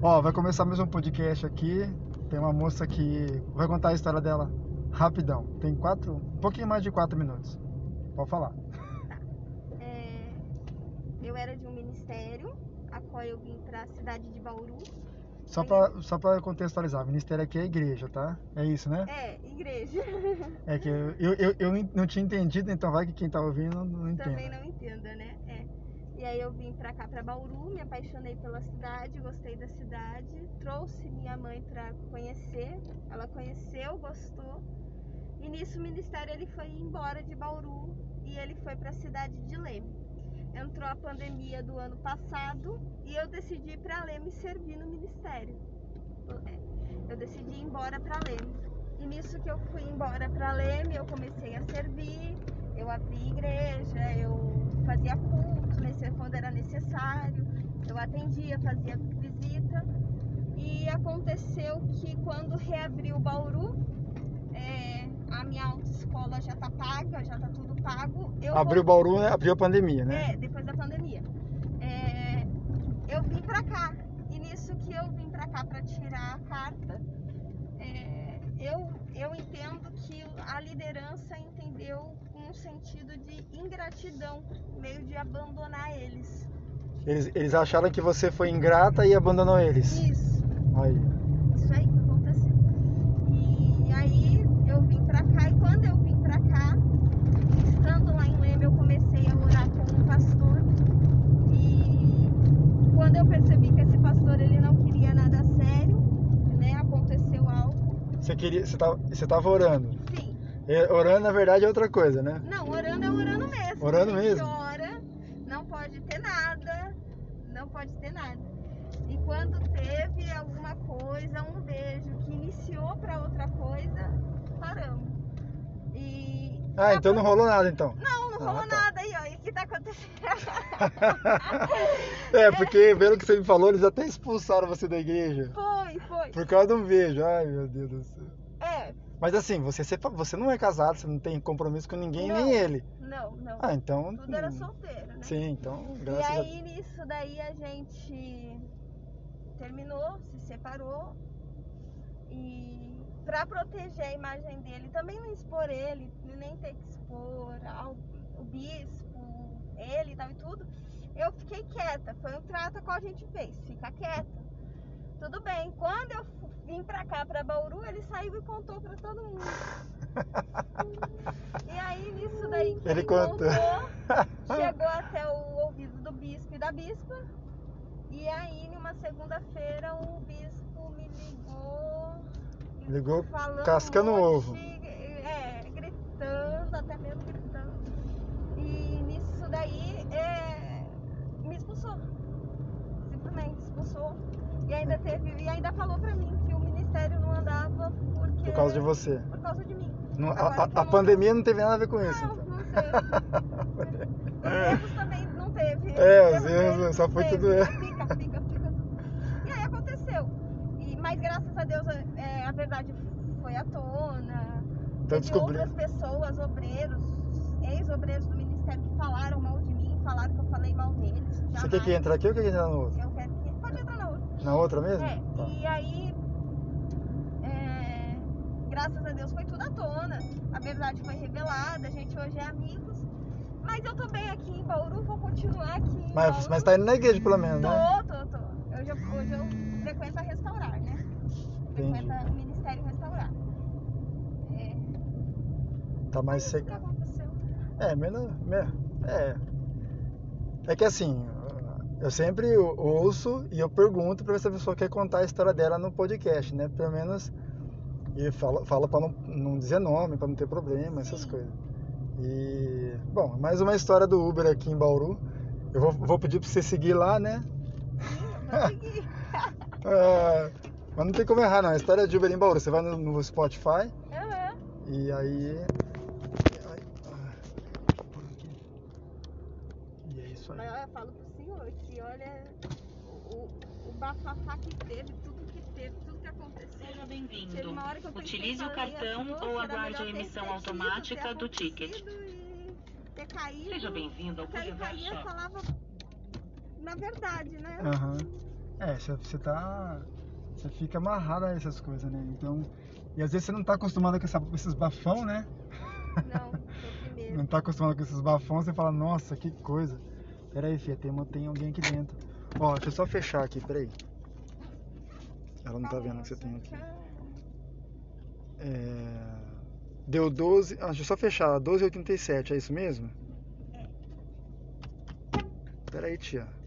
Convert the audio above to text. Ó, vai começar mais um podcast aqui. Tem uma moça que vai contar a história dela rapidão. Tem quatro, um pouquinho mais de quatro minutos. Pode falar. É, eu era de um ministério, a qual eu vim pra cidade de Bauru. Só pra, só pra contextualizar, ministério aqui é igreja, tá? É isso, né? É, igreja. É que eu, eu, eu, eu não tinha entendido, então vai que quem tá ouvindo não, não Também entende. não entenda, né? É. E aí eu vim pra cá, pra Bauru, me apaixonei pela cidade, gostei da cidade, trouxe minha mãe pra conhecer, ela conheceu, gostou. E nisso o ministério ele foi embora de Bauru e ele foi pra cidade de Leme. Entrou a pandemia do ano passado e eu decidi ir pra Leme servir no ministério. né? Eu decidi ir embora pra Leme. E nisso que eu fui embora pra Leme, eu comecei a servir, eu abri igreja, eu fazia culto nesse- quando era necessário, eu atendia, fazia visita. E aconteceu que quando reabriu o Bauru, é, a minha autoescola já tá paga, já tá tudo pago. Eu Abriu o voltei- Bauru, né? Abriu a pandemia, né? é, depois da pandemia. É, eu vim pra cá. E nisso que eu vim pra cá pra tirar a carta, é, eu, eu entendo que a liderança entendeu um sentido de ingratidão, meio de abandonar eles. Eles, eles acharam que você foi ingrata e abandonou eles. Isso, Aí. isso aí que aconteceu. E aí eu vim pra cá e quando eu vim pra cá, estando lá em Leme, eu comecei a morar com um pastor. E quando eu percebi que esse pastor ele não queria nada sério, né? Aconteceu algo. Você queria. Você tava, você tava orando. Sim. E Orando, na verdade, é outra coisa, né? Não, orando é orando mesmo. Orando A gente mesmo. Ora, não pode ter nada, não pode ter nada. E quando teve alguma coisa, um beijo que iniciou para outra coisa, paramos. E tá Ah, então não rolou nada então. não, não Ah, rolou tá. nada aí, ó. E o que tá acontecendo? é, porque pelo que você me falou, eles até expulsaram você da igreja. foi, foi. Por causa de um beijo. Ai, meu Deus do céu. É, Mas assim, você, sepa- você não é casado, você não tem compromisso com ninguém, Não. nem ele. não, não. Ah, então. Tudo era solteiro, né? Sim, então, E graças a Deus. aí, nisso daí, a gente terminou, se separou. E pra proteger a imagem dele, também não expor ele, nem ter que expor ao, o bispo, ele e tal e tudo, eu fiquei quieta. Foi um trato qual a gente fez, fica quieta. Tudo bem. Quando eu fu- vim pra cá, pra Bauru, ele saiu e contou pra todo mundo. E aí, nisso daí que Ele contou. Ah. chegou até o ouvido do bispo e da bispa. E aí, numa segunda-feira, o bispo me ligou. Ligou falando cascando um o monte, ovo. É, gritando, até mesmo gritando. E nisso daí, é, me expulsou. Simplesmente expulsou. E ainda teve, e ainda falou pra mim que o ministério não andava porque. Por causa de você. Por causa de mim. Não- a- Agora a, a como- pandemia não teve nada a ver com isso. não, então. não teve. Os erros também não teve. É, os dele erros, só foi teve. tudo é. erro. Fica, fica, fica. E aí aconteceu. E, mas graças a Deus é, a verdade foi à tona. Então Teve descobri. outras pessoas, obreiros, ex-obreiros do ministério que falaram mal de mim, falaram que eu falei mal deles. Você quer que jamais. entrar aqui ou quer que entrar na outra? Eu quero que. Pode entrar na outra. Na outra mesmo? É, Tá. e aí, é, graças a Deus foi tudo à tona, a verdade foi revelada, a gente hoje é amigos. Mas eu tô bem aqui em Bauru, vou continuar aqui em Mas, Bauru. mas tá indo na igreja, pelo menos, né? Hum. Tô, tô, tô. Hoje eu, hoje eu frequento a restaurar, né? Entendi. Frequento o Ministério Restaurar. É, Tá mais isso que seca. aconteceu. É, menos. me- É. É que assim, eu sempre ou- ouço e eu pergunto pra ver se a pessoa quer contar a história dela no podcast, né? Pelo menos. E fala, fala pra não, não dizer nome, pra não ter problema, essas Sim. coisas. E. Bom, é mais uma história do Uber aqui em Bauru. Eu vou, vou pedir pra você seguir lá, né? Eu vou seguir. Ah, mas não tem como errar, não. A história de Uber em Bauru. Você vai no, no Spotify Aham. e aí. ai, ah, por aqui. E é isso aí. Mas olha, eu falo pro senhor que olha o, o- o bafafá que teve, tudo que teve, tudo que aconteceu. Seja Teve bem-vindo. uma hora que eu pensei, Utilize o falei, cartão "Nossa, ou era aguarde melhor a ter emissão repetido, automática ter do ticket. acontecido e ter caído. Seja bem-vindo ao Porque aí Boulevard caía Shopping. falava na verdade, né? Aham. É, você- você tá. Você fica amarrado a essas coisas, né? Então. E às vezes você não tá acostumado com, essa- com esses bafão, né? Não, foi o primeiro. Não tá acostumado com esses bafões, você fala, nossa, que coisa. Pera aí, Fia, tem, uma- tem alguém aqui dentro. Ó, deixa eu só fechar aqui, peraí. Ela não tá vendo o que você tem assim, aqui. "Ah, É... Deu 12. Ah, deixa eu só fechar, 12,87, é isso mesmo? Pera aí, tia.